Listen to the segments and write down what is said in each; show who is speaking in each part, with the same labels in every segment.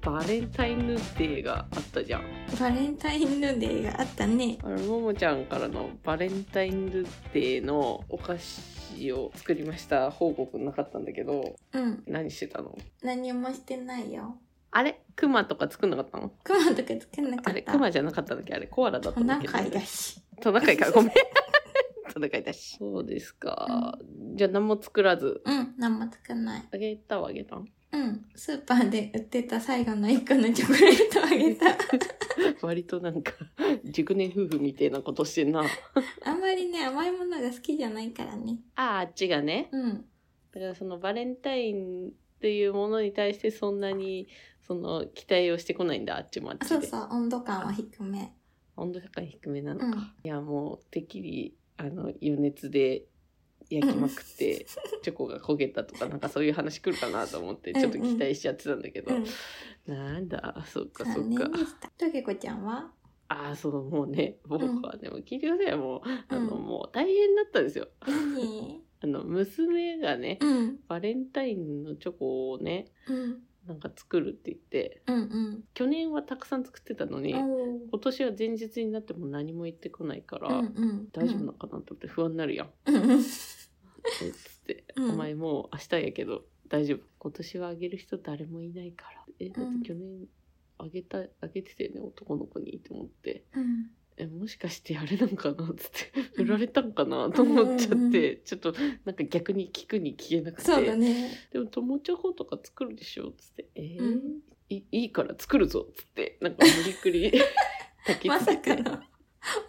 Speaker 1: バレンタインヌーデーがあったじゃん
Speaker 2: バレンタインのデーがあったね
Speaker 1: あのももちゃんからのバレンタインヌーデーのお菓子を作りました報告なかったんだけど
Speaker 2: うん
Speaker 1: 何してたの
Speaker 2: 何もしてないよ
Speaker 1: あれクマとか作んなかったの
Speaker 2: クマとか作んな
Speaker 1: あ
Speaker 2: かっ
Speaker 1: れ
Speaker 2: た
Speaker 1: クマじゃなかったんだっけあれコアラだった
Speaker 2: ト
Speaker 1: んだっ
Speaker 2: ナ
Speaker 1: け
Speaker 2: カイだし
Speaker 1: トナカイかごめん トナカイだしそうですか、じゃあ何も作らず
Speaker 2: うん何も作んない
Speaker 1: あげたはあげたん
Speaker 2: うんスーパーで売ってた最後の1個のチョコレートをあげ た
Speaker 1: 割となんか熟年夫婦みたいなことしてんな
Speaker 2: あんまりね甘いものが好きじゃないからね
Speaker 1: あああっちがね
Speaker 2: うん
Speaker 1: だからそのバレンタインっていうものに対してそんなにその期待をしてこないんだあっちもあっちで
Speaker 2: そうそう温度感は低め
Speaker 1: 温度高い低めなのか、
Speaker 2: うん
Speaker 1: いやもうてっきりあの余熱で焼きまく ってチョコが焦げたとかなんかそういう話来るかなと思って
Speaker 2: うん
Speaker 1: ちょっと期待しちゃってたんだけど、
Speaker 2: うん
Speaker 1: なんだそっかそ
Speaker 2: 残
Speaker 1: っか
Speaker 2: 念でしたとけこちゃんは
Speaker 1: ああそうもうね僕はでも聞いてくださいもう、あの
Speaker 2: うん
Speaker 1: もう大変だったんですよ
Speaker 2: 何
Speaker 1: あの娘がね
Speaker 2: うん
Speaker 1: バレンタインのチョコをね
Speaker 2: うん
Speaker 1: なんか作るって言って
Speaker 2: うん
Speaker 1: 去年はたくさん作ってたの
Speaker 2: う
Speaker 1: に、
Speaker 2: んおー
Speaker 1: 今年は前日になっても何も言ってこないから、
Speaker 2: うんうん
Speaker 1: 大丈夫なのかなと思って不安になるやん。
Speaker 2: うんうん
Speaker 1: えっつって、
Speaker 2: うん
Speaker 1: お前もう明日やけど大丈夫。今年はあげる人誰もいないから。え、だって去年あげた、あげてたよね、男の子にと思って。
Speaker 2: うん
Speaker 1: え、もしかしてあれなんかなっつって、振られたんかなと思っちゃって、
Speaker 2: うんうんうん
Speaker 1: ちょっとなんか逆に聞くに聞けなくて。
Speaker 2: そうだね
Speaker 1: でも友チョコとか作るでしょっつって「えー
Speaker 2: うん
Speaker 1: いいいから作るぞ」っつってなんか無理く り焚き
Speaker 2: ま
Speaker 1: つ
Speaker 2: さ
Speaker 1: けて
Speaker 2: かの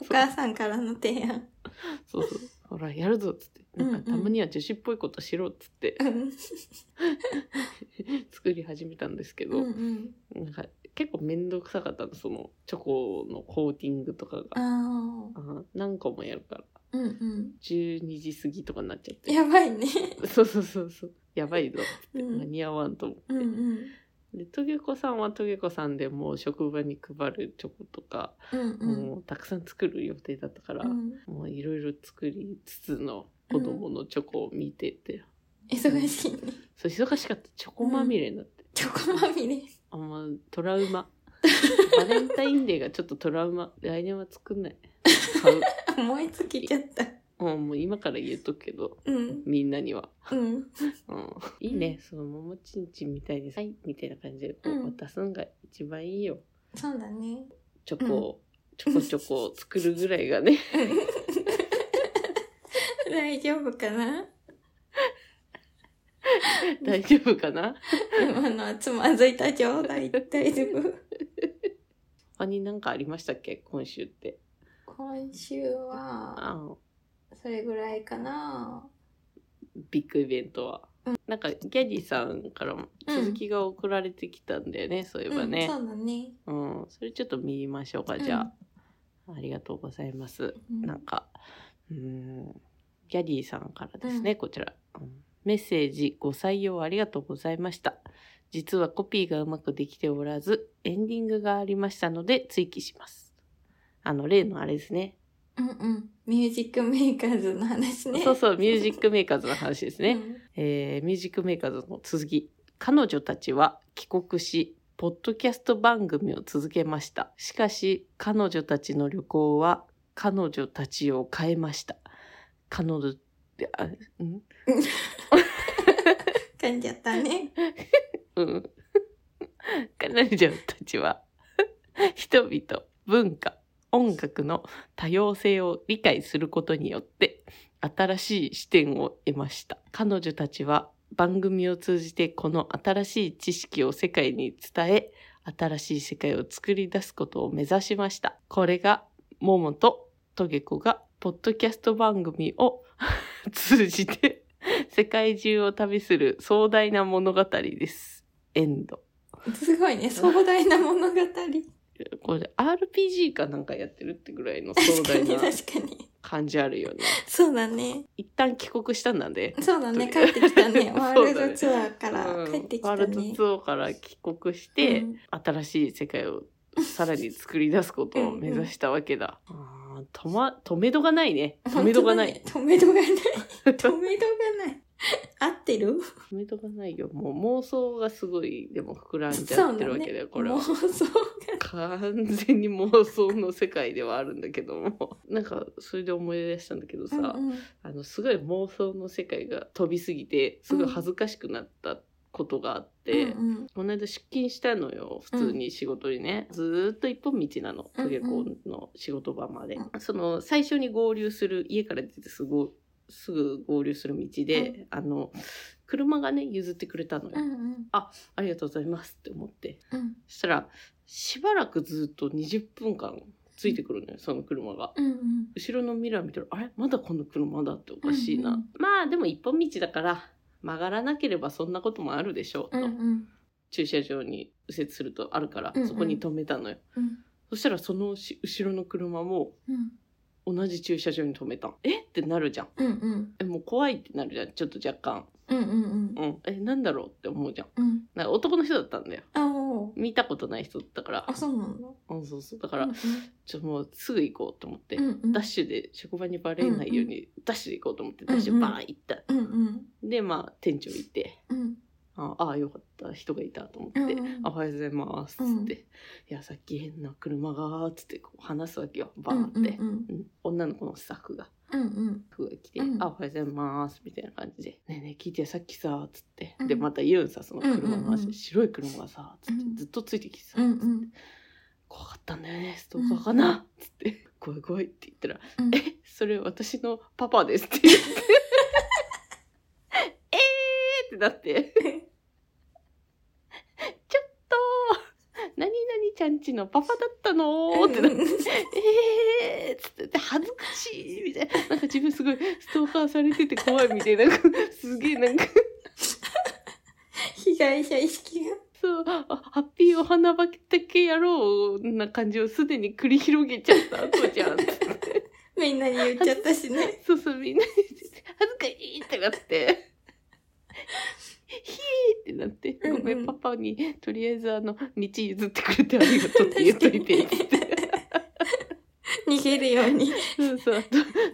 Speaker 2: お母さんからの提案
Speaker 1: そうそうほらやるぞっつってなん
Speaker 2: うんうん
Speaker 1: かたまには女子っぽいことしろっつって
Speaker 2: うん
Speaker 1: 作り始めたんですけ
Speaker 2: う
Speaker 1: ど、
Speaker 2: んうん
Speaker 1: なんか結構面倒くさかったのそのチョコのコーティングとかが
Speaker 2: あ
Speaker 1: あー何個もやるから
Speaker 2: あうんうん
Speaker 1: 12時過ぎとかになっちゃって
Speaker 2: やばいね
Speaker 1: そうそうそうそうやばいぞっつって、
Speaker 2: うん
Speaker 1: 間に合わんと思って、
Speaker 2: うんうん
Speaker 1: でトゲ子さんはトゲ子さんでもう職場に配るチョコとか
Speaker 2: うんうん
Speaker 1: もうたくさん作る予定だったから、
Speaker 2: うん
Speaker 1: もういろいろ作りつつの子供のチョコを見てて、
Speaker 2: 忙しいね
Speaker 1: そう忙しかったチョコまみれになって、
Speaker 2: チョコまみれ
Speaker 1: あもうトラウマ バレンタインデーがちょっとトラウマ来年は作んない買う
Speaker 2: 思いつきちゃった
Speaker 1: もうもう今から言うとくけど
Speaker 2: うん
Speaker 1: みんなには、
Speaker 2: うん
Speaker 1: うん、いいねそのももちんちんみたいに「はい」みたいな感じでこ
Speaker 2: うん
Speaker 1: う渡すんが一番いいよ
Speaker 2: そうだね
Speaker 1: チョコを、チョコチョコを作るぐらいが ね
Speaker 2: 大丈夫かな
Speaker 1: 大丈夫かな
Speaker 2: 今のはつまずいた状態大丈夫
Speaker 1: 他に何かありましたっけ今週って
Speaker 2: 今週は
Speaker 1: あの
Speaker 2: それぐらいかな
Speaker 1: ビッグイベントは、なんかギャディさんからも続きが送られてきたんだよね、そういえば
Speaker 2: うん、
Speaker 1: ね、
Speaker 2: そうだね
Speaker 1: うんそれちょっと見ましょうかじゃあ、ありがとうございます、
Speaker 2: うん
Speaker 1: なんかうんギャディさんからですね、
Speaker 2: う
Speaker 1: こちら、うんメッセージご採用ありがとうございました実はコピーがうまくできておらずエンディングがありましたので追記しますあの例のあれですね
Speaker 2: うんうんミュージックメーカーズの話ね
Speaker 1: そうそうミュージックメーカーズの話ですね、
Speaker 2: うん
Speaker 1: えーミュージックメーカーズの続き彼女たちは帰国しポッドキャスト番組を続けましたしかし彼女たちの旅行は彼女たちを変えました彼女あうん
Speaker 2: 噛んじゃったね
Speaker 1: うん。彼女たちは、人々、文化、音楽の多様性を理解することによって、新しい視点を得ました。彼女たちは、番組を通じてこの新しい知識を世界に伝え、新しい世界を作り出すことを目指しました。これが、ももととげこが、ポッドキャスト番組を 通じて、世界中を旅する壮大な物語です。エンド。
Speaker 2: すごいね壮大な物語確かに
Speaker 1: これ RPG かなんかやってるってぐらいの壮大な
Speaker 2: 確かに
Speaker 1: 感じある よね。
Speaker 2: そうだね
Speaker 1: 一旦帰国したんだね。
Speaker 2: そうだね帰
Speaker 1: とり
Speaker 2: ってきた
Speaker 1: そ
Speaker 2: ね
Speaker 1: うだ
Speaker 2: ワ
Speaker 1: ね
Speaker 2: ールドツアーか
Speaker 1: う
Speaker 2: ら
Speaker 1: ん
Speaker 2: 帰ってき
Speaker 1: ワ
Speaker 2: た
Speaker 1: ールド
Speaker 2: ね
Speaker 1: ツアーから帰国して、
Speaker 2: うん
Speaker 1: 新しい世界をさらに作り出すことを目指したわけだ。あーとま、止めどがないね。止めどがない。
Speaker 2: 止めどがない止めどがない合ってる
Speaker 1: やめとかないよ。もう妄想がすごい、でも膨らんじゃってるわけだよ、これは
Speaker 2: 妄。想が。
Speaker 1: 完全に妄想の世界ではあるんだけども。なんか、それで思い出したんだけどさ、
Speaker 2: うんうん
Speaker 1: あの、すごい妄想の世界が飛びすぎて、すごい恥ずかしくなったことがあって、
Speaker 2: うんうん
Speaker 1: この間出勤したのよ普通に仕事にね、ずーっと一本道なの
Speaker 2: うんうん
Speaker 1: 公家校の仕事場まで、
Speaker 2: う
Speaker 1: その最初に合流する家から出てすぐすぐ合流する道で、あの車がね譲ってくれたのよ、
Speaker 2: うんうん
Speaker 1: ありがとうございますって思って
Speaker 2: うん
Speaker 1: そしたらしばらくずっと20分間ついてくるのよその車が。
Speaker 2: うんうん
Speaker 1: 後ろのミラー見たら、あれまだこの車だっておかしいな。
Speaker 2: うんうん
Speaker 1: まあでも一本道だから曲がらなければそんなこともあるでしょう、と
Speaker 2: うんうん
Speaker 1: 駐車場に右折するとあるから
Speaker 2: うんうん
Speaker 1: そこに止めたのよ、
Speaker 2: うん
Speaker 1: そしたらそのし後ろの車も
Speaker 2: うん
Speaker 1: 同じ駐車場に止めたえってなるじゃん
Speaker 2: うんうん
Speaker 1: えもう怖いってなるじゃんちょっと若干
Speaker 2: うんうん
Speaker 1: うんえなんだろうって思うじゃん
Speaker 2: うん
Speaker 1: なんか男の人だったんだよ
Speaker 2: あおう
Speaker 1: 見たことない人だったから
Speaker 2: あそうなんだ
Speaker 1: うんそうそうだか
Speaker 2: から
Speaker 1: ちょっともうすぐ行こうと思って、
Speaker 2: うんうん
Speaker 1: ダッシュで職場にバレないようにダッシュで行こうと思って
Speaker 2: うんう
Speaker 1: ダ
Speaker 2: ん
Speaker 1: ッシュバーン行った、
Speaker 2: うんうん
Speaker 1: でまあ店長行って
Speaker 2: うん
Speaker 1: ああよかった人がいたと思って、
Speaker 2: うんうん
Speaker 1: あおはようございます」つって、
Speaker 2: うん
Speaker 1: いやさっき変な車が」つってこう話すわけよバ
Speaker 2: う
Speaker 1: ー
Speaker 2: ん
Speaker 1: ンって、
Speaker 2: うん
Speaker 1: うん女の子のスタッフが
Speaker 2: うんうん
Speaker 1: スタッフが来て「
Speaker 2: うん
Speaker 1: あおはようございます」みたいな感じで「ねえねえ聞いてさっきさ」つって、
Speaker 2: うん
Speaker 1: でまた言うんさその車の話、
Speaker 2: うんうんうん
Speaker 1: 白い車がさ」つって
Speaker 2: うん
Speaker 1: ずっとついてきてさ、
Speaker 2: うんうん
Speaker 1: 怖かったんだよねストーカーかな」つって「怖い怖い」って言ったら「
Speaker 2: うん
Speaker 1: えそれ私のパパです」 って言って「えー!」ってな って「ちょっと何々ちゃんちのパパだったの?」ってなって。えーっつってで恥ずかしいみたいななんか自分すごいストーカーされてて怖いみ たいなすげえなんか
Speaker 2: 被害者意識が
Speaker 1: そうあハッピーお花畑野郎な感じをすでに繰り広げちゃった後じゃん
Speaker 2: みんなに言っちゃったしね
Speaker 1: そうそうみんなに恥ずかしいってなって。 ひーってなって、
Speaker 2: うんうん
Speaker 1: ごめん、パパに、とりあえずあの、道譲ってくれてありがとうって言っといて、つって。
Speaker 2: 逃げるように
Speaker 1: そうそう。っ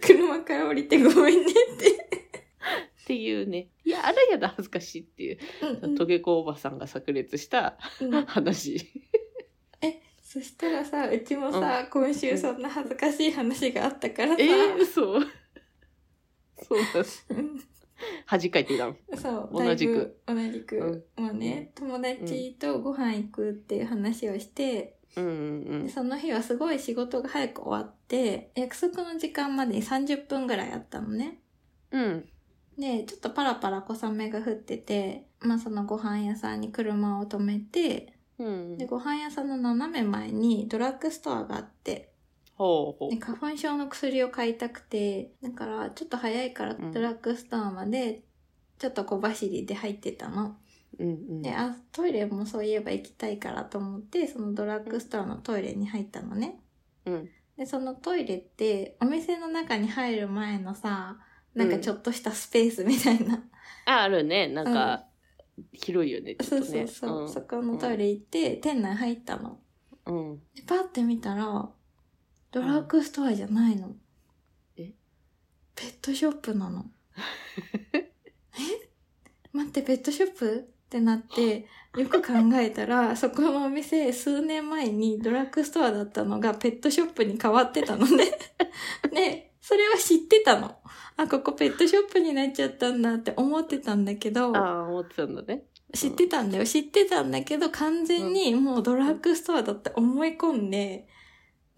Speaker 2: 車から降りてごめんねって
Speaker 1: ていうね。いや、あらやだ、恥ずかしいっていう。
Speaker 2: うんうん
Speaker 1: トゲコおばさんが炸裂した
Speaker 2: うん
Speaker 1: 話。
Speaker 2: そしたらさうちもさ、今週そんな恥ずかしい話があったからさ、
Speaker 1: えー、嘘。そうなんです。
Speaker 2: うん
Speaker 1: 恥かいてたの。
Speaker 2: そう
Speaker 1: 同じく
Speaker 2: だいぶ同じく、もうね友達とご飯行くっていう話をして、
Speaker 1: うんうん
Speaker 2: でその日はすごい仕事が早く終わって約束の時間までに30分ぐらいあったのね
Speaker 1: うん。うん。
Speaker 2: でちょっとパラパラ小雨が降っててまあそのご飯屋さんに車を止めて
Speaker 1: うん
Speaker 2: で。ご飯屋さんの斜め前にドラッグストアがあって
Speaker 1: ほうほ
Speaker 2: で花粉症の薬を買いたくてだからちょっと早いから
Speaker 1: うん
Speaker 2: ドラッグストアまでちょっと小走りで入ってたの、
Speaker 1: う。うんうん。
Speaker 2: であトイレもそういえば行きたいからと思ってそのドラッグストアのトイレに入ったのね
Speaker 1: うん。
Speaker 2: でそのトイレってお店の中に入る前のさなんかちょっとしたスペースみたいな、
Speaker 1: あ、あるね。なんか、広いよね、ち
Speaker 2: そ
Speaker 1: ょ
Speaker 2: う
Speaker 1: っと
Speaker 2: そう
Speaker 1: ね。
Speaker 2: そう、そこのトイレ行って、店内入ったの
Speaker 1: うん。うん。
Speaker 2: でパッて見たらドラッグストアじゃないの、
Speaker 1: え
Speaker 2: ペットショップな のえ待ってペットショップって なってよく考えたらそこのお店数年前にドラッグストアだったのがペットショップに変わってた のねでそれは知ってたのあここペットショップになっちゃったんだって思ってたんだけど
Speaker 1: ああ、思ってたんだね。
Speaker 2: 知ってたんだよ知ってたんだけど完全にもうドラッグストアだって思い込んで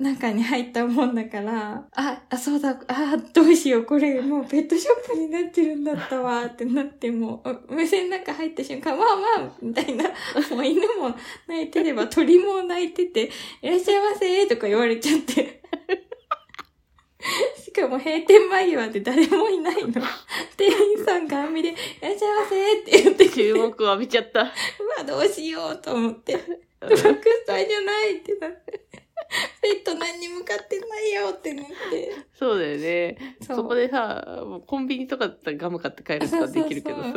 Speaker 2: 中に入ったもんだからああそうだあどうしようこれもうペットショップになってるんだったわってなってもう無線の中入った瞬間まあまあみたいなもう犬も泣いてれば鳥も泣いてて「いらっしゃいませ」とか言われちゃって。しかも閉店間際で誰もいないの。店員さんが網で、いらっしゃいませって言ってくれ
Speaker 1: 注
Speaker 2: て
Speaker 1: 目を浴びちゃった。
Speaker 2: うわ、どうしようと思って。ドラッグストアじゃないってなって。ペット何に向かってないよってなって。
Speaker 1: そうだよね。
Speaker 2: そ。
Speaker 1: そうこでさ、もうコンビニとかだったらガム買って帰るとかできるけどさ、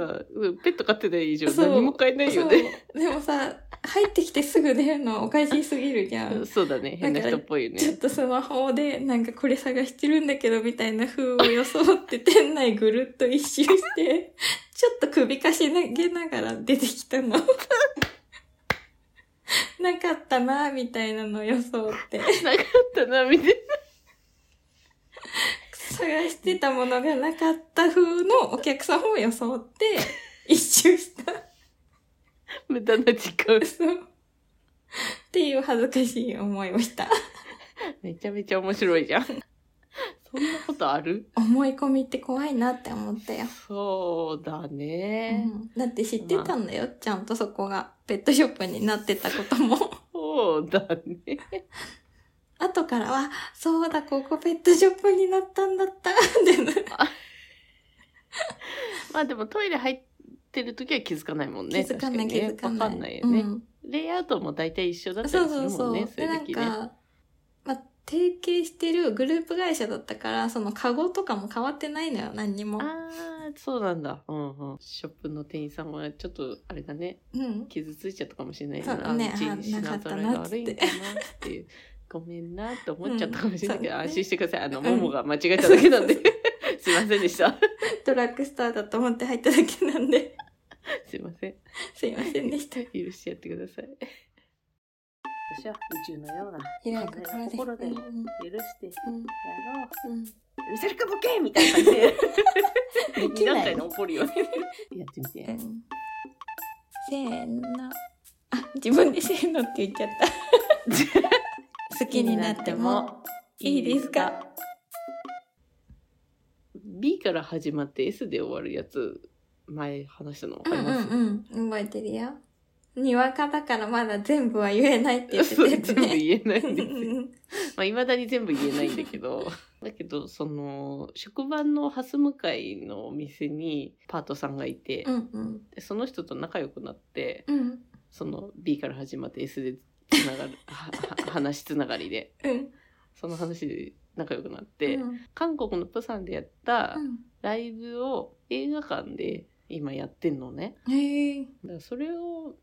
Speaker 1: ペット飼ってない以上
Speaker 2: そう
Speaker 1: 何も買えないよね。
Speaker 2: そうでもさ、入ってきてすぐ出るのおかしすぎるじゃん。
Speaker 1: そうだね。変な人っぽいよ
Speaker 2: ちょっ
Speaker 1: ね。
Speaker 2: とスマホでなんかこれ探してるんだけどみたいな風を装って店内ぐるっと一周して、ちょっと首かしげながら出てき たの。なかったなみたいなの装っ て。
Speaker 1: なかったな、みたいな。
Speaker 2: 探してたものがなかった風のお客さんを装 って一周した。
Speaker 1: 無駄な時間。
Speaker 2: そう。っていう恥ずかしい思いをした。
Speaker 1: めちゃめちゃ面白いじゃ ん。そんなことある
Speaker 2: 思い込みって怖いなって思ったよ。
Speaker 1: そうだね。
Speaker 2: うんだって知ってたんだよ、ちゃんとそこがペットショップになってたことも
Speaker 1: そうだね。
Speaker 2: 後からは「そうだここペットショップになったんだった」ってな
Speaker 1: まあでもトイレ入ってる時は気づかないもん
Speaker 2: 気
Speaker 1: ね。
Speaker 2: づかない、気
Speaker 1: 確
Speaker 2: づか
Speaker 1: にね
Speaker 2: ない
Speaker 1: わかんないよね。
Speaker 2: うん
Speaker 1: レイアウトも大体一緒だった
Speaker 2: そう
Speaker 1: りす
Speaker 2: そ
Speaker 1: る
Speaker 2: うそ
Speaker 1: もん
Speaker 2: う
Speaker 1: ね、そう
Speaker 2: で
Speaker 1: いう
Speaker 2: な
Speaker 1: ん時ね。
Speaker 2: か、まあ、提携してるグループ会社だったからそのカゴとかも変わってないのよ何にも、
Speaker 1: ああ、そうなんだ。うんうん。ショップの店員さんはちょっと、あれだね、
Speaker 2: うん、
Speaker 1: 傷ついちゃったかもしれない
Speaker 2: そうだね
Speaker 1: あうち
Speaker 2: あ
Speaker 1: 品揃えが悪いんだなっていう。ごめんなって思っちゃったかもしれないけど、
Speaker 2: うんそうね
Speaker 1: 安心してください。あの、
Speaker 2: うん
Speaker 1: ももが間違えただけなんで
Speaker 2: そう。
Speaker 1: すいませんでした。
Speaker 2: ドラッグストアだと思って入っただけなんで
Speaker 1: すいません。
Speaker 2: すいませんでした
Speaker 1: 許してやってください。私は宇宙のような
Speaker 2: 開くからです
Speaker 1: 心で
Speaker 2: うん
Speaker 1: 許してや
Speaker 2: うん
Speaker 1: ろう。
Speaker 2: うん
Speaker 1: ルセルクボケみたいな感じ で。
Speaker 2: できない
Speaker 1: の怒るよね。やってみ
Speaker 2: う
Speaker 1: て。
Speaker 2: んせーの。あ、自分でせーのって言っち ゃった。好きになっても。いいですか
Speaker 1: B から始まって S で終わるやつ前話したの分かります、
Speaker 2: んうん。覚えてるよ。にわかだからまだ全部は言えないって言ってた やつ
Speaker 1: 全部
Speaker 2: ね。
Speaker 1: 言えない
Speaker 2: うんんう
Speaker 1: で
Speaker 2: ん
Speaker 1: す よ。
Speaker 2: うん
Speaker 1: まあ、未だに全部言えないんだけど、だけど、その、職場のハス向かいのお店にパートさんがいて、
Speaker 2: うんうん
Speaker 1: でその人と仲良くなって、
Speaker 2: うん
Speaker 1: その B から始まって S でつながる、はは 話つながりで、
Speaker 2: うん
Speaker 1: その話で仲良くなって、韓国のプサンでやった
Speaker 2: うん
Speaker 1: ライブを映画館で今やってんのね。
Speaker 2: へえ
Speaker 1: だからそれを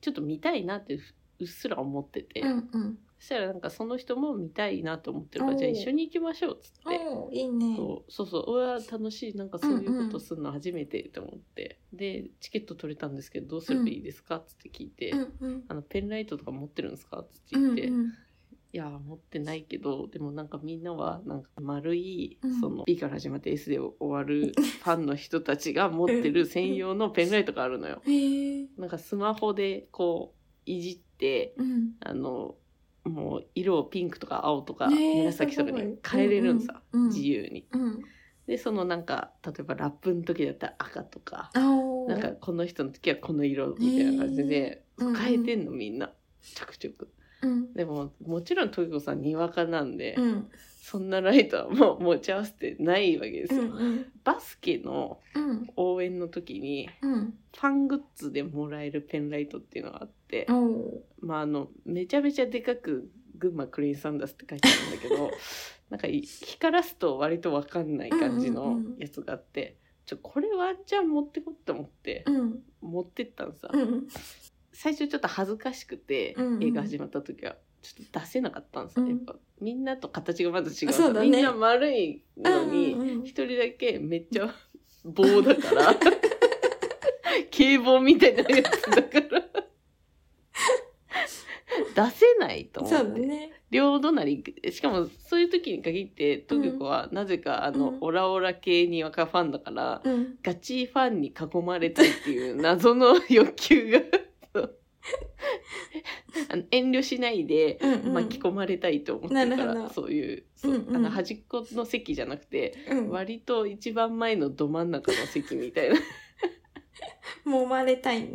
Speaker 1: ちょっと見たいなってうっすら思ってて、
Speaker 2: うんうん
Speaker 1: そしたらなんかその人も見たいなと思ってるから、
Speaker 2: おー
Speaker 1: じゃあ一緒に行きましょうっつって。
Speaker 2: おーいいね
Speaker 1: そうそうそううわ楽しいなんかそういうこ
Speaker 2: うんう
Speaker 1: と
Speaker 2: ん
Speaker 1: するの初めてと思って、でチケット取れたんですけどどうすればいいですかっつって聞いて、
Speaker 2: うんうん
Speaker 1: あのペンライトとか持ってるんですかっつって
Speaker 2: う
Speaker 1: 言っ
Speaker 2: ん
Speaker 1: て、
Speaker 2: うん
Speaker 1: いやー持ってないけどでもなんかみんなはなんか丸い、
Speaker 2: うん
Speaker 1: その B から始まって S で終わるファンの人たちが持ってる専用のペンライトがあるのよ。
Speaker 2: へえ
Speaker 1: なんかスマホでこういじって
Speaker 2: うん
Speaker 1: あのもう色をピンクとか青とか
Speaker 2: ねえ
Speaker 1: 紫とかに変えれるんさ、
Speaker 2: すごいうんうん
Speaker 1: 自由に。
Speaker 2: うん
Speaker 1: でそのなんか例えばラップの時だったら赤とか
Speaker 2: あおー
Speaker 1: なんかこの人の時はこの色みたいな感じで
Speaker 2: うんうん
Speaker 1: 変えてんのみんなちょくちょく。
Speaker 2: うん
Speaker 1: でももちろんトイコさんにわかなんで、
Speaker 2: うん
Speaker 1: そんなライトはもう持ち合わせてないわけです
Speaker 2: う
Speaker 1: よ。
Speaker 2: んうん
Speaker 1: バスケの
Speaker 2: うん
Speaker 1: 応援の時に
Speaker 2: うん
Speaker 1: ファングッズでもらえるペンライトっていうのがあって
Speaker 2: お、ー
Speaker 1: まああのめちゃめちゃでかく群馬クリーンサンダースって書いてあるんだけ どなんかい光らすと割とわかんない感じ
Speaker 2: うんう
Speaker 1: の
Speaker 2: んうん
Speaker 1: やつがあって、ちょこれワンチャン持ってこって思って
Speaker 2: うん
Speaker 1: 持ってったんさ、
Speaker 2: うん
Speaker 1: 最初ちょっと恥ずかしくて、
Speaker 2: うんうん
Speaker 1: 映画始まった時はちょっと出せなかったんですよ、
Speaker 2: うん
Speaker 1: やっぱみんなと形がまず違う
Speaker 2: そうだね
Speaker 1: みんな丸いのに
Speaker 2: うんうんうん
Speaker 1: 一人だけめっちゃ棒だから 警棒みたいなやつだから出せないと思
Speaker 2: そう
Speaker 1: っ
Speaker 2: だ
Speaker 1: て、
Speaker 2: ね。
Speaker 1: 両隣しかもそういう時に限って東京子はなぜかあの、
Speaker 2: うん
Speaker 1: オラオラ系に若ファンだから、
Speaker 2: うん。
Speaker 1: ガチファンに囲まれたいっていう謎の欲求が そうあの遠慮しないで
Speaker 2: うん、うん。
Speaker 1: 巻き込まれたいと思ってるから、
Speaker 2: なるほど
Speaker 1: そういうそう
Speaker 2: うんうん
Speaker 1: あの端っこの席じゃなくて
Speaker 2: うん、
Speaker 1: 割と一番前のど真ん中の席みたいな
Speaker 2: 揉まれたいね。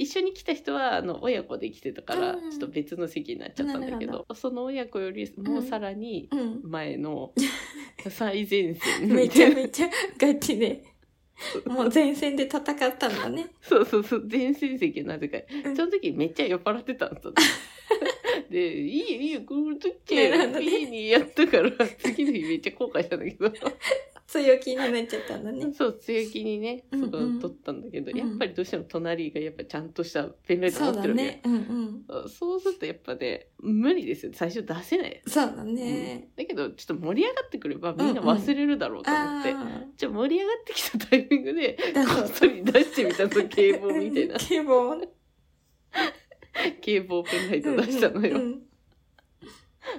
Speaker 1: 一緒に来た人はあの親子で来てたから、
Speaker 2: うん
Speaker 1: ちょっと別の席になっちゃったんだ
Speaker 2: な
Speaker 1: け
Speaker 2: る
Speaker 1: どその親子よりもうさらに
Speaker 2: うん。
Speaker 1: 前の最前線
Speaker 2: め
Speaker 1: み
Speaker 2: ち
Speaker 1: た
Speaker 2: ゃ
Speaker 1: いな。
Speaker 2: めちゃガチで。もう前線で戦ったんだね。
Speaker 1: そうそうそう、全成績なぜか
Speaker 2: う。ん
Speaker 1: その時めっちゃ酔っ払ってたんだ。 で、いいよいいよ、この時
Speaker 2: なるほどね
Speaker 1: 家にやったから、次の日めっちゃ後悔したんだけど、
Speaker 2: 強気になっちゃったんだね。
Speaker 1: そう強気にね
Speaker 2: うんう
Speaker 1: そこ
Speaker 2: ん
Speaker 1: を取ったんだけど、
Speaker 2: うん
Speaker 1: やっぱりどうしても隣がやっぱちゃんとしたペンライト
Speaker 2: そ
Speaker 1: 持
Speaker 2: う
Speaker 1: っ
Speaker 2: だ
Speaker 1: てるわけよ
Speaker 2: ね。うんうん。
Speaker 1: そうするとやっぱね無理ですよ最初出せない、
Speaker 2: そうだね。
Speaker 1: だけどちょっと盛り上がってくればみんな忘れるだろうと思
Speaker 2: あ
Speaker 1: って、
Speaker 2: あ。
Speaker 1: じゃあ盛り上がってきたタイミングで
Speaker 2: だ
Speaker 1: こ っそり出してみ たと警棒みたいな
Speaker 2: 警棒をね
Speaker 1: 警棒ペンライト出したのよ、
Speaker 2: うん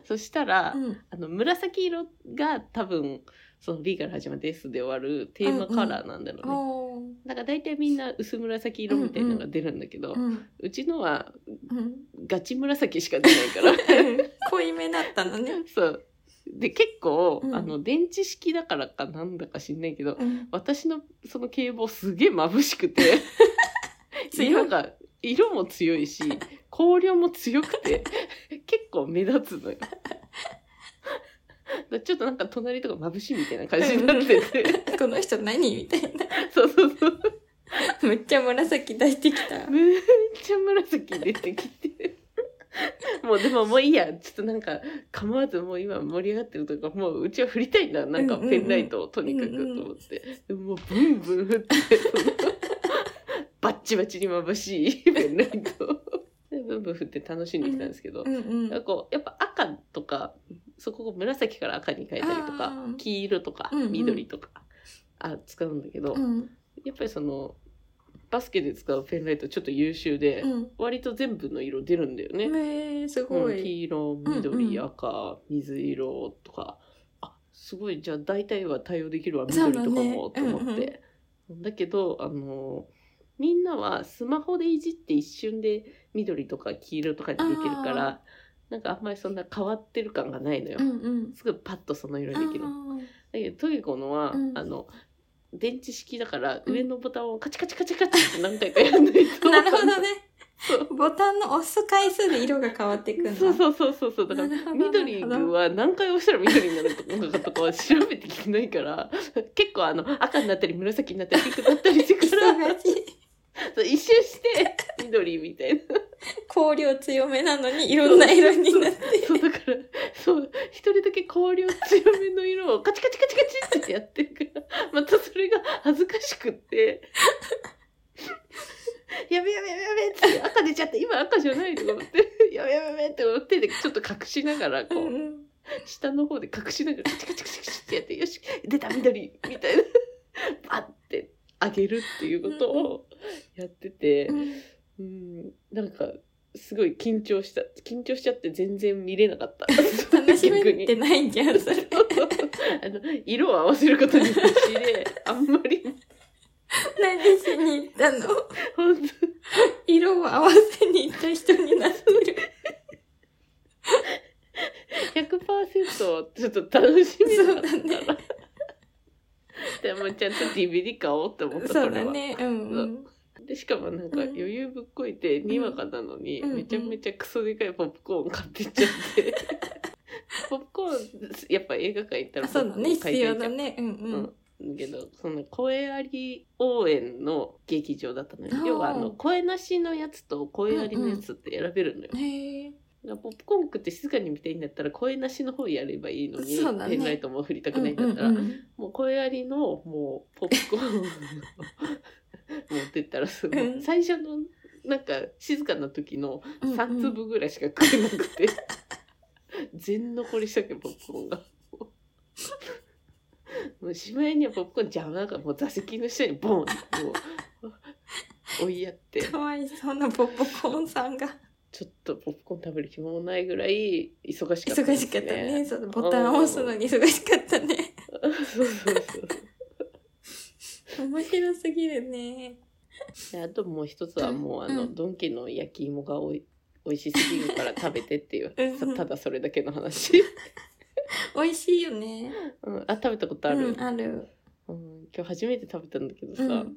Speaker 1: そしたら、
Speaker 2: うんうん
Speaker 1: あの紫色が多分その B から始まって S で終わるテーマカラーなんだろうね、
Speaker 2: おー
Speaker 1: だから大体みんな薄紫色みたいなのが出るんだけど、う
Speaker 2: うん
Speaker 1: ちのは
Speaker 2: うん
Speaker 1: ガチ紫しか出ない から
Speaker 2: 濃いめだったのね。
Speaker 1: そう。で、結構、
Speaker 2: うん
Speaker 1: あの、電池式だからかなんだか知んないけど、
Speaker 2: うん
Speaker 1: 私のその警棒すげえ眩しくて、
Speaker 2: 強
Speaker 1: 色
Speaker 2: い。
Speaker 1: が、色も強いし、光量も強くて、結構目立つ のよ。だからちょっとなんか隣とか眩しいみたいな感じになって て、
Speaker 2: この人何みたいな。
Speaker 1: そうそうそう。
Speaker 2: めっちゃ紫出してき た。
Speaker 1: めっちゃ紫出てきて。もうでももういいやちょっとなんか構わずもう今盛り上がってるというかもううちは振りたいんだなんか
Speaker 2: うんうんうん
Speaker 1: ペンライトをとにかく
Speaker 2: うんうん
Speaker 1: と思って、もうブンブン振ってそのバッチバチに眩しいペンライトをでブンブン振って楽しんできたんですけど、
Speaker 2: うんうん。
Speaker 1: なんかこうやっぱ赤とかそこを紫から赤に変えたりとか
Speaker 2: あー
Speaker 1: 黄色とか
Speaker 2: うんうん
Speaker 1: 緑とか、あ使うんだけど、
Speaker 2: うん
Speaker 1: やっぱりそのバスケで使うペンライトちょっと優秀で、
Speaker 2: うん。
Speaker 1: 割と全部の色出るんだよね。
Speaker 2: えー、すご
Speaker 1: うん
Speaker 2: い。
Speaker 1: 黄色
Speaker 2: うん
Speaker 1: 緑
Speaker 2: うん
Speaker 1: 赤水色とかあすごいじゃあ大体は対応できるわ
Speaker 2: そう
Speaker 1: 緑
Speaker 2: だ
Speaker 1: と
Speaker 2: ね
Speaker 1: かも、と思って、だけどあのみんなはスマホでいじって一瞬で緑とか黄色とかにできるからなんかあんまりそんな変わってる感がないのよ、
Speaker 2: うんうん。
Speaker 1: すぐパッとその色にできる
Speaker 2: あ
Speaker 1: だけどトゲコのは、
Speaker 2: うん
Speaker 1: あの電池式だから
Speaker 2: うん
Speaker 1: 上のボタンをカチカチカチカチって何回かやんないと
Speaker 2: ーなるほどね
Speaker 1: そう。
Speaker 2: ボタンの押す回数で色が変わっていくんだ。
Speaker 1: そうそうそうそうそうだから
Speaker 2: なるほど
Speaker 1: 緑は何回押したら緑になるのかとかは調べてきてないから結構あの赤になったり紫になったりピンクになったりして
Speaker 2: 忙
Speaker 1: から
Speaker 2: しい。
Speaker 1: そう一周して緑みたいな
Speaker 2: 光量強めなのにいろんな色になって。
Speaker 1: そうだからそう一人だけ香りを強めの色をカチカチカチカチってやってるからまたそれが恥ずかしくって。やべやべやべやべって赤出ちゃった今赤じゃないとか思ってやべやべやべって思ってでちょっと隠しながらこ
Speaker 2: う
Speaker 1: う、
Speaker 2: んうん。
Speaker 1: 下の方で隠しながらカチカチカチカチってやってよし出た緑みたいなバッてあげるっていうことをやってて
Speaker 2: うん
Speaker 1: うんなんかすごい緊張した緊張しちゃって全然見れなかった
Speaker 2: 楽しめ
Speaker 1: 逆に
Speaker 2: てないんじゃん、それ。
Speaker 1: あの色を合わせることに必死であんまり
Speaker 2: 何でしに行ったの
Speaker 1: 本当
Speaker 2: 色を合わせに行った人になってる。
Speaker 1: 100%ちょっと楽しみなかった
Speaker 2: そうだ
Speaker 1: から。でもちゃんと DVD 買おうって思った
Speaker 2: そ
Speaker 1: こ
Speaker 2: う
Speaker 1: れ
Speaker 2: だ
Speaker 1: は
Speaker 2: ね。うんうん。
Speaker 1: でしかもなんか
Speaker 2: うん
Speaker 1: 余裕ぶっこいてにわかなのに、
Speaker 2: うん
Speaker 1: めちゃめちゃクソでかいポップコーン買ってっちゃ って、ポップコーンやっぱ映画館行ったら
Speaker 2: あ
Speaker 1: ポ
Speaker 2: そ
Speaker 1: ッ
Speaker 2: う
Speaker 1: プコー
Speaker 2: だ
Speaker 1: ン
Speaker 2: ね。必
Speaker 1: 買いたい
Speaker 2: 要
Speaker 1: じゃ
Speaker 2: だ
Speaker 1: ん
Speaker 2: ね。うんうん。
Speaker 1: うん、だけどその声あり応援の劇場だったのよ
Speaker 2: あー
Speaker 1: 要はあの声なしのやつと声ありのやつって選べるのよ、
Speaker 2: へえ。
Speaker 1: だからポップコーン食って静かに見たいんだったら声なしの方やればいいのに
Speaker 2: そうだね
Speaker 1: ペンライトも振りた
Speaker 2: う
Speaker 1: く
Speaker 2: ん
Speaker 1: ないんだったら、
Speaker 2: うんうん
Speaker 1: もう声ありのもうポップコーンを 持ってったらその、
Speaker 2: うん
Speaker 1: 最初のなんか静かな時の
Speaker 2: うんうん
Speaker 1: 3粒ぐらいしか食えなくて、全残りしたけどポップコーンが。もうしまいにはポップコーン邪魔だからもう座席の下にボンってもう追いやって
Speaker 2: かわいそうなポッポコーンさんが。
Speaker 1: ちょっとポップコーン食べる暇もないぐらい忙しかった
Speaker 2: 忙しかったね。そのボタンを押すのに忙しかったね。
Speaker 1: そうそうそう
Speaker 2: 面白すぎるね。
Speaker 1: であともう一つはもうあの、
Speaker 2: うん
Speaker 1: ドンキの焼き芋がおい美味しすぎるから食べてっていう
Speaker 2: うん
Speaker 1: さただそれだけの話、
Speaker 2: 美味しいよね。
Speaker 1: うん、あ食べたことある、
Speaker 2: うん、ある。
Speaker 1: うん今日初めて食べたんだけどさ、
Speaker 2: うん、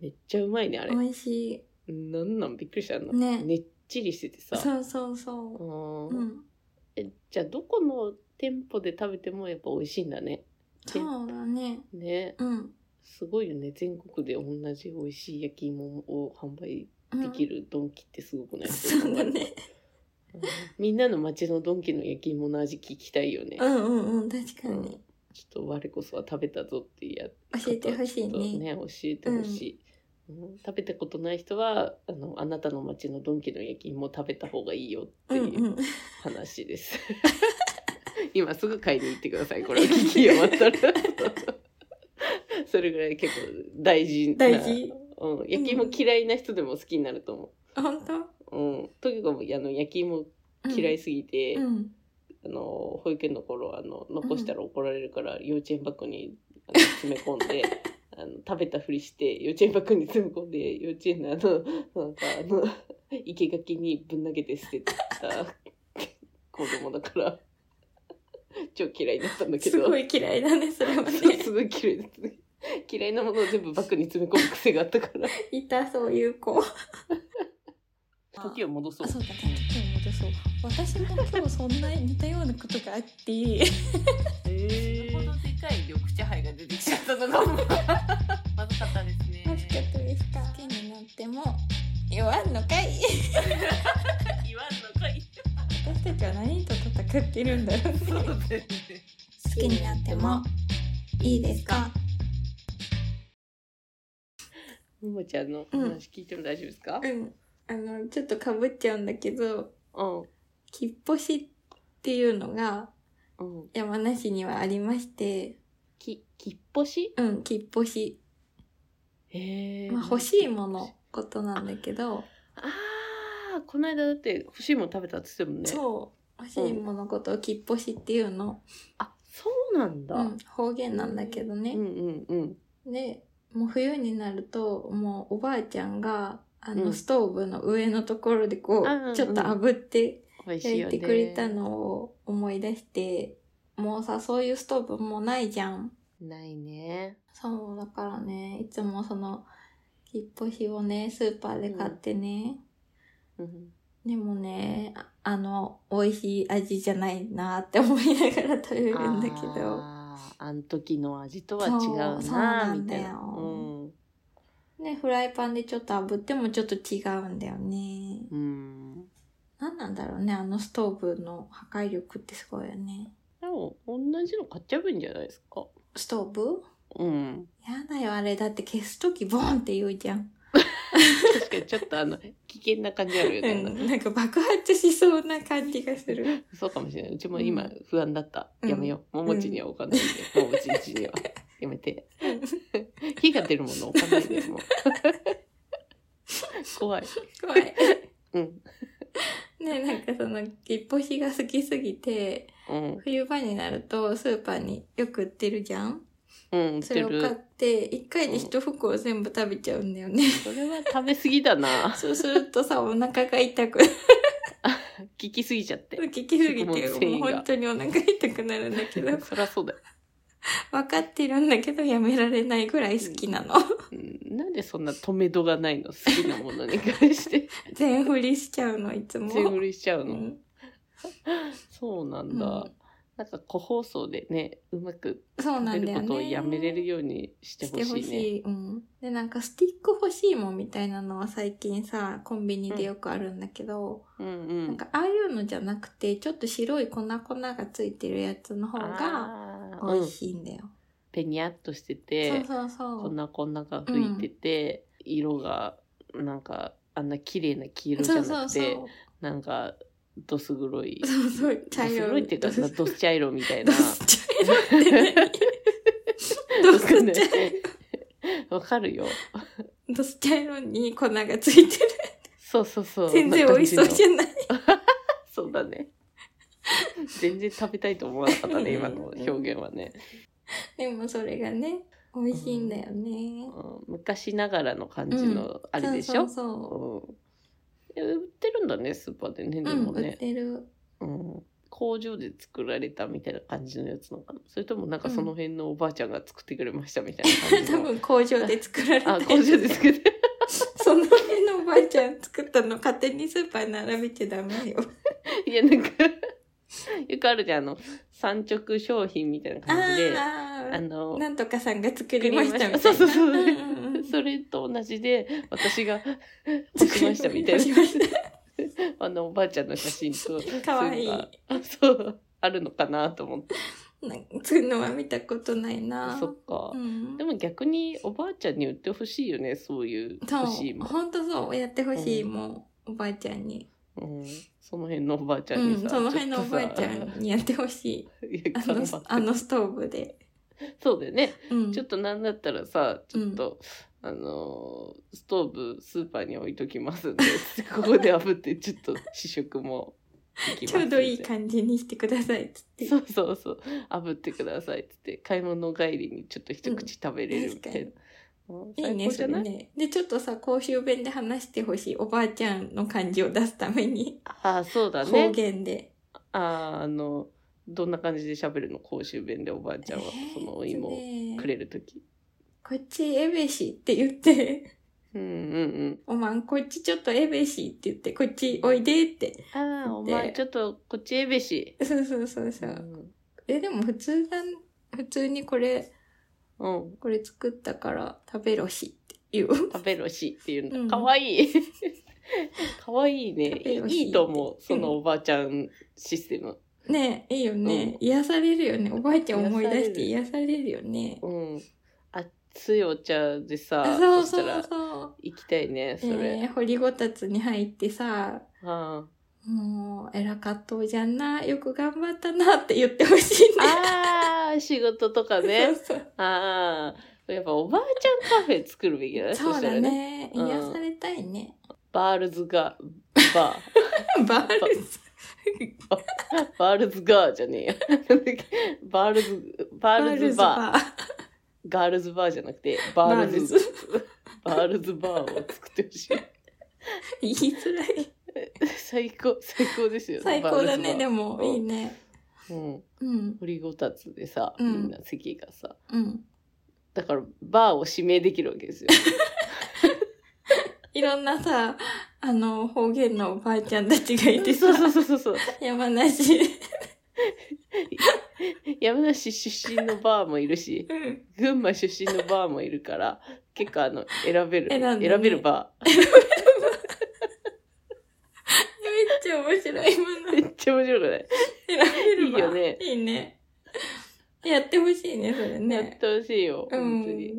Speaker 1: めっちゃうまいねあれ
Speaker 2: 美味し
Speaker 1: なんなんびっくりしたの、
Speaker 2: ね
Speaker 1: ねっちりしてて
Speaker 2: い。
Speaker 1: さ
Speaker 2: そうそうそ
Speaker 1: う
Speaker 2: う。
Speaker 1: ん
Speaker 2: うん。
Speaker 1: えじゃあどこの店舗で食べてもやっぱ美味しいんだね
Speaker 2: そうだね。
Speaker 1: ね
Speaker 2: うん。
Speaker 1: すごいよね全国で同じ美味しい焼き芋を販売でき
Speaker 2: る。
Speaker 1: るドンキってすごくない、
Speaker 2: そうだね。
Speaker 1: うんみんなの町のドンキの焼き芋の味聞きたいよね。
Speaker 2: うんうんうん、確かに。
Speaker 1: ちょっと我こそは食べたぞっていうや
Speaker 2: 教えてほしい
Speaker 1: ことを
Speaker 2: ね。
Speaker 1: ね教えてほしい、うん食べたことない人はあのあなたの町のドンキの焼き芋食べた方がいいよって
Speaker 2: うん
Speaker 1: いう
Speaker 2: うん。
Speaker 1: 話です。 今すぐ買いに行ってください。これを聞き終わったら。 それぐらい結構大事な。
Speaker 2: 大事。
Speaker 1: うん。焼き芋嫌いな人でも好きになると思
Speaker 2: 本当
Speaker 1: う。うん。とにかく、あの、焼き芋嫌い。すぎて、
Speaker 2: うん。
Speaker 1: あの、保育園の頃、あの、残したら怒られるから、幼稚園箱にあの詰め込 んで、あの、食べたふりして、幼稚園箱に詰め込んで、幼稚園のあの、なんかあの、生垣にぶん投げて捨てた子供だから、超嫌いだったんだけ
Speaker 2: す
Speaker 1: ど。
Speaker 2: ごい嫌いだね、それは
Speaker 1: そう
Speaker 2: ね。
Speaker 1: すごい嫌いだったね嫌いなものを全部バッグに詰め込む癖があったから。
Speaker 2: いた、そういう子。
Speaker 1: 時を戻そう
Speaker 2: あ。そうだね時を戻そう私も今日そんな似たようなことがあって
Speaker 1: え
Speaker 3: ほどでかい緑茶杯が出てきちゃったのがまず かったですね
Speaker 2: 楽しかったですか好きになっても弱んのかい
Speaker 3: 言わんのかい
Speaker 2: 私たちは何と戦ってるんだろう
Speaker 3: そうだよね
Speaker 2: 好きになってもいいですか
Speaker 1: ももちゃんの話聞いても大丈夫ですか
Speaker 2: うんあのちょっとかぶっちゃうんだけど
Speaker 1: うん。
Speaker 2: きっぽしっていうのが
Speaker 1: うん。
Speaker 2: 山梨にはありまして
Speaker 1: き、きっぽし
Speaker 2: うんきっぽし、
Speaker 1: へえ。
Speaker 2: まあ、欲しいもののことなんだけど、
Speaker 1: ああ、この間だって欲しいもの食べたって言ってたもんね。う。
Speaker 2: そう欲しいもののことをきっぽしっていうの、
Speaker 1: あ、そうなんだ。
Speaker 2: う
Speaker 1: うんん、
Speaker 2: 方言なんだけどね、
Speaker 1: うんうん。
Speaker 2: でもう冬になるともうおばあちゃんがあ
Speaker 1: う
Speaker 2: の
Speaker 1: ん
Speaker 2: ストーブの上のところでこう、
Speaker 1: あうん
Speaker 2: ちょっと炙って
Speaker 1: 美味しい
Speaker 2: 焼
Speaker 1: よ
Speaker 2: い
Speaker 1: ね。
Speaker 2: てくれたのを思い出して、もうさそういうストーブもうないじゃん
Speaker 1: ないね。
Speaker 2: そうだからねいつもそのきっぽしをねスーパーで買ってね、
Speaker 1: うん。
Speaker 2: でもねああの美味しい味じゃないなって思いながら食べるんだけど。
Speaker 1: あーあん時の味とは違う
Speaker 2: そうそう
Speaker 1: なぁ、
Speaker 2: なん
Speaker 1: み
Speaker 2: だ
Speaker 1: た
Speaker 2: よ
Speaker 1: いな。うん。
Speaker 2: ね、フライパンでちょっと炙ってもちょっと違うんだよね。
Speaker 1: うん。
Speaker 2: 何なんだろうね、あのストーブの破壊力ってすごいよね。
Speaker 1: でも、同じの買っちゃえばいいんじゃないですか。
Speaker 2: ストーブ
Speaker 1: うん。
Speaker 2: やだよ、あれ。だって消すときボンって言うじゃん。
Speaker 1: 確かにちょっとあの、危険な感じあるよ
Speaker 2: う
Speaker 1: ね。
Speaker 2: ん、なんか爆発しそうな感じがする。
Speaker 1: そうかもしれない。うちも今
Speaker 2: う
Speaker 1: 不安だった。
Speaker 2: うん
Speaker 1: やめよう。ももちには置かないで。ももちんち には。やめて。火が出るもの置かないで、もう。 怖い。
Speaker 2: 怖い。
Speaker 1: うん。
Speaker 2: ね、なんかその、一歩日が好きすぎて、
Speaker 1: うん。
Speaker 2: 冬場になるとスーパーによく売ってるじゃん
Speaker 1: うん、売っ
Speaker 2: そ
Speaker 1: て
Speaker 2: れを買っ
Speaker 1: る。
Speaker 2: て、一回で一袋を全部食べちゃうんだよね。
Speaker 1: それは食べ過ぎだな。
Speaker 2: そうするとさ、お腹が痛く
Speaker 1: 聞き過ぎちゃって。
Speaker 2: 聞きす
Speaker 1: 食
Speaker 2: ぎて、
Speaker 1: 物繊維
Speaker 2: もう
Speaker 1: が
Speaker 2: 本当にお腹痛くなるんだけど、
Speaker 1: そりゃそうだよ、
Speaker 2: 分かってるんだけどやめられないぐらい好きなの。
Speaker 1: うん。なんでそんな止めどがないの好きなものに関して。
Speaker 2: 全振りしちゃうの、いつも。
Speaker 1: 全振りしちゃう
Speaker 2: う
Speaker 1: の。
Speaker 2: ん
Speaker 1: そうなんだ。
Speaker 2: うん
Speaker 1: なんか個包装でね、うまく
Speaker 2: そう
Speaker 1: 食
Speaker 2: な
Speaker 1: べ
Speaker 2: ん
Speaker 1: る
Speaker 2: だよ
Speaker 1: ことを
Speaker 2: ね。
Speaker 1: やめれるようにして
Speaker 2: して
Speaker 1: ほ
Speaker 2: ほ
Speaker 1: しいね。
Speaker 2: しい。うん。で、なんかスティック欲しいもんみたいなのは最近さ、コンビニでよくあるんだけど、
Speaker 1: うんう
Speaker 2: なん
Speaker 1: ん。
Speaker 2: かああいうのじゃなくて、ちょっと白い粉粉がついてるやつの方が
Speaker 1: あー
Speaker 2: 美
Speaker 1: うん
Speaker 2: 味しいんだよ。
Speaker 1: ペニャっとして
Speaker 2: そう
Speaker 1: て
Speaker 2: そうそ
Speaker 1: こん
Speaker 2: う。
Speaker 1: なこんなが吹いてて、色がなんかあんな綺麗な黄色じゃ
Speaker 2: そ
Speaker 1: な
Speaker 2: う
Speaker 1: くて
Speaker 2: そうそう。
Speaker 1: なんかどす黒い
Speaker 2: そうそう。茶
Speaker 1: どす
Speaker 2: 色
Speaker 1: 黒いっていうか
Speaker 2: どす
Speaker 1: どす茶色みたい
Speaker 2: ど
Speaker 1: な。
Speaker 2: す茶色って何どす
Speaker 1: わかん
Speaker 2: 茶
Speaker 1: ない
Speaker 2: 色
Speaker 1: わかるよ。
Speaker 2: ドス茶色に粉がついてる。
Speaker 1: そうそうそう。
Speaker 2: 全然美味しそうじ
Speaker 1: ゃんな感
Speaker 2: ゃない。
Speaker 1: じの。そうだね。全然食べたいと思わなかったね、今の表現はね。
Speaker 2: でもそれがね、美味しいんだよね。
Speaker 1: うん昔ながらの感じのあれでしょ、
Speaker 2: そうそ
Speaker 1: うんいや売ってるんだね、スーパーでね、
Speaker 2: う
Speaker 1: で
Speaker 2: そう。うん、
Speaker 1: も
Speaker 2: 売
Speaker 1: ね
Speaker 2: っ。てる。
Speaker 1: うん、工場で作られたみたいな感じのやつなのかなそれともなんかその辺のおばあちゃんが作ってくれましたみたいな感じ
Speaker 2: 多
Speaker 1: の
Speaker 2: 分工場で作られ
Speaker 1: あ
Speaker 2: て
Speaker 1: 工場で作って
Speaker 2: その辺のおばあちゃん作ったの勝手にスーパーに並べちゃダメよ。
Speaker 1: いやなんか よくあるじゃんあの産直商品みたいな感じであ
Speaker 2: ああ。
Speaker 1: の
Speaker 2: なんとかさんが作りましたみたいな。
Speaker 1: そうそうそう、
Speaker 2: んんうん
Speaker 1: それと同じで私 が作りましたみたいな
Speaker 2: 作りま し
Speaker 1: あのおばあちゃんの写真と
Speaker 2: かわいい
Speaker 1: そういうのがあそうあるのかなと思って
Speaker 2: うなんそういうのは見たことないな。
Speaker 1: そっか
Speaker 2: う。ん
Speaker 1: でも逆におばあちゃんに売ってほしいよね、そういう
Speaker 2: そう
Speaker 1: 欲しいもん。
Speaker 2: ほんとそう。やってほしい、
Speaker 1: うん
Speaker 2: もう、おばあちゃんに。
Speaker 1: うん、その辺のおばあちゃ
Speaker 2: うん
Speaker 1: に
Speaker 2: ん
Speaker 1: さ、、
Speaker 2: その辺のおばあちゃ
Speaker 1: ょっと
Speaker 2: んにやってほしい。
Speaker 1: さいや頑張
Speaker 2: あの
Speaker 1: って、
Speaker 2: あのストーブで。
Speaker 1: そうだよね、
Speaker 2: うん。
Speaker 1: ちょっとなんだったらさちょっと、あのーストーブスーパーに置いときますんでここで炙ってちょっと試食もでき
Speaker 2: ち
Speaker 1: ま
Speaker 2: ょ
Speaker 1: す
Speaker 2: うん
Speaker 1: で
Speaker 2: どいい感じにしてくださいっつって。
Speaker 1: そうそうそう炙ってくださいっつって買い物帰りにちょっと一口食べれるみたいな、うん
Speaker 2: いい
Speaker 1: 最
Speaker 2: ね、
Speaker 1: 高
Speaker 2: そ
Speaker 1: じゃ
Speaker 2: れ
Speaker 1: ない
Speaker 2: ね。で、ちょっとさ、公衆弁で話してほしい。おばあちゃんの感じを出すために。
Speaker 1: ああそうだ
Speaker 2: 方
Speaker 1: ね
Speaker 2: 言で。
Speaker 1: あああのどんな感じで喋るの公衆弁でおばあちゃんはそのお芋を
Speaker 2: を
Speaker 1: くれる時
Speaker 2: こっちえべしって言って、
Speaker 1: うんうん
Speaker 2: おまんこっちちょっとえべしって言って、こっちおいでって。
Speaker 1: うんああお前ちょっとこっちへべし
Speaker 2: そうそうそうそうう。
Speaker 1: ん
Speaker 2: え、でも普通だ、普通にこれ、
Speaker 1: うん
Speaker 2: これ作ったから食べろしって言う。
Speaker 1: 食べろしっていう
Speaker 2: うん
Speaker 1: の。かわい い。かわいいね。
Speaker 2: 食べろし
Speaker 1: いいと思う。そのおばあちゃんシステム。
Speaker 2: ねえ、いいよね。癒されるよね。おばあちゃん思い出して癒されるよね。
Speaker 1: うん。熱いお茶でさ
Speaker 2: あ、、そう
Speaker 1: そし
Speaker 2: そ
Speaker 1: た
Speaker 2: う
Speaker 1: ら
Speaker 2: そう。
Speaker 1: 行きたいね、そ
Speaker 2: え
Speaker 1: れ。
Speaker 2: ー、掘りごたつに入ってさ、
Speaker 1: あ
Speaker 2: もう、偉かったじゃんな、よく頑張ったなって言ってほしいね。
Speaker 1: あー、仕事とかね。
Speaker 2: そうそう
Speaker 1: ああ。やっぱおばあちゃんカフェ作るべき だね。
Speaker 2: そう
Speaker 1: した
Speaker 2: だ
Speaker 1: ら。
Speaker 2: ね。
Speaker 1: うん
Speaker 2: 癒されたいね。
Speaker 1: バールズガー、バ
Speaker 2: バールズ。
Speaker 1: ー。 バールズガーじゃねえや。 なんだっけバールズ、バールズバー。
Speaker 2: バー。
Speaker 1: ガールズバーじゃなくて、バールズ、バールズバーを作ってほしい。
Speaker 2: 言いづらい。
Speaker 1: 最高、最高ですよね。
Speaker 2: 最高だね、
Speaker 1: バー
Speaker 2: で
Speaker 1: ルズ
Speaker 2: も。
Speaker 1: うん
Speaker 2: いいね。
Speaker 1: バー。うん。
Speaker 2: うん、
Speaker 1: 掘りごたつでさ、
Speaker 2: う
Speaker 1: み
Speaker 2: ん
Speaker 1: んな席がさ、
Speaker 2: うん。
Speaker 1: だからバーを指名できるわけ ですよ。
Speaker 2: いろんなさ、あの、方言のおばあちゃんたちがいてさ
Speaker 1: そう、そうそうそうそう。
Speaker 2: 山梨。
Speaker 1: 山梨出身のバーもいるし、
Speaker 2: うん。
Speaker 1: 群馬出身のバーもいる から、結構あの、選べる、
Speaker 2: 選んで
Speaker 1: 選
Speaker 2: ね
Speaker 1: べるバ
Speaker 2: めっちゃ面白い、今の
Speaker 1: ー。。 めっちゃ面白くない
Speaker 2: 選べるわ
Speaker 1: いいよね
Speaker 2: いいね。やってほしいね、それ
Speaker 1: やっ
Speaker 2: ね。
Speaker 1: てほしいよ、
Speaker 2: うん
Speaker 1: 本当に。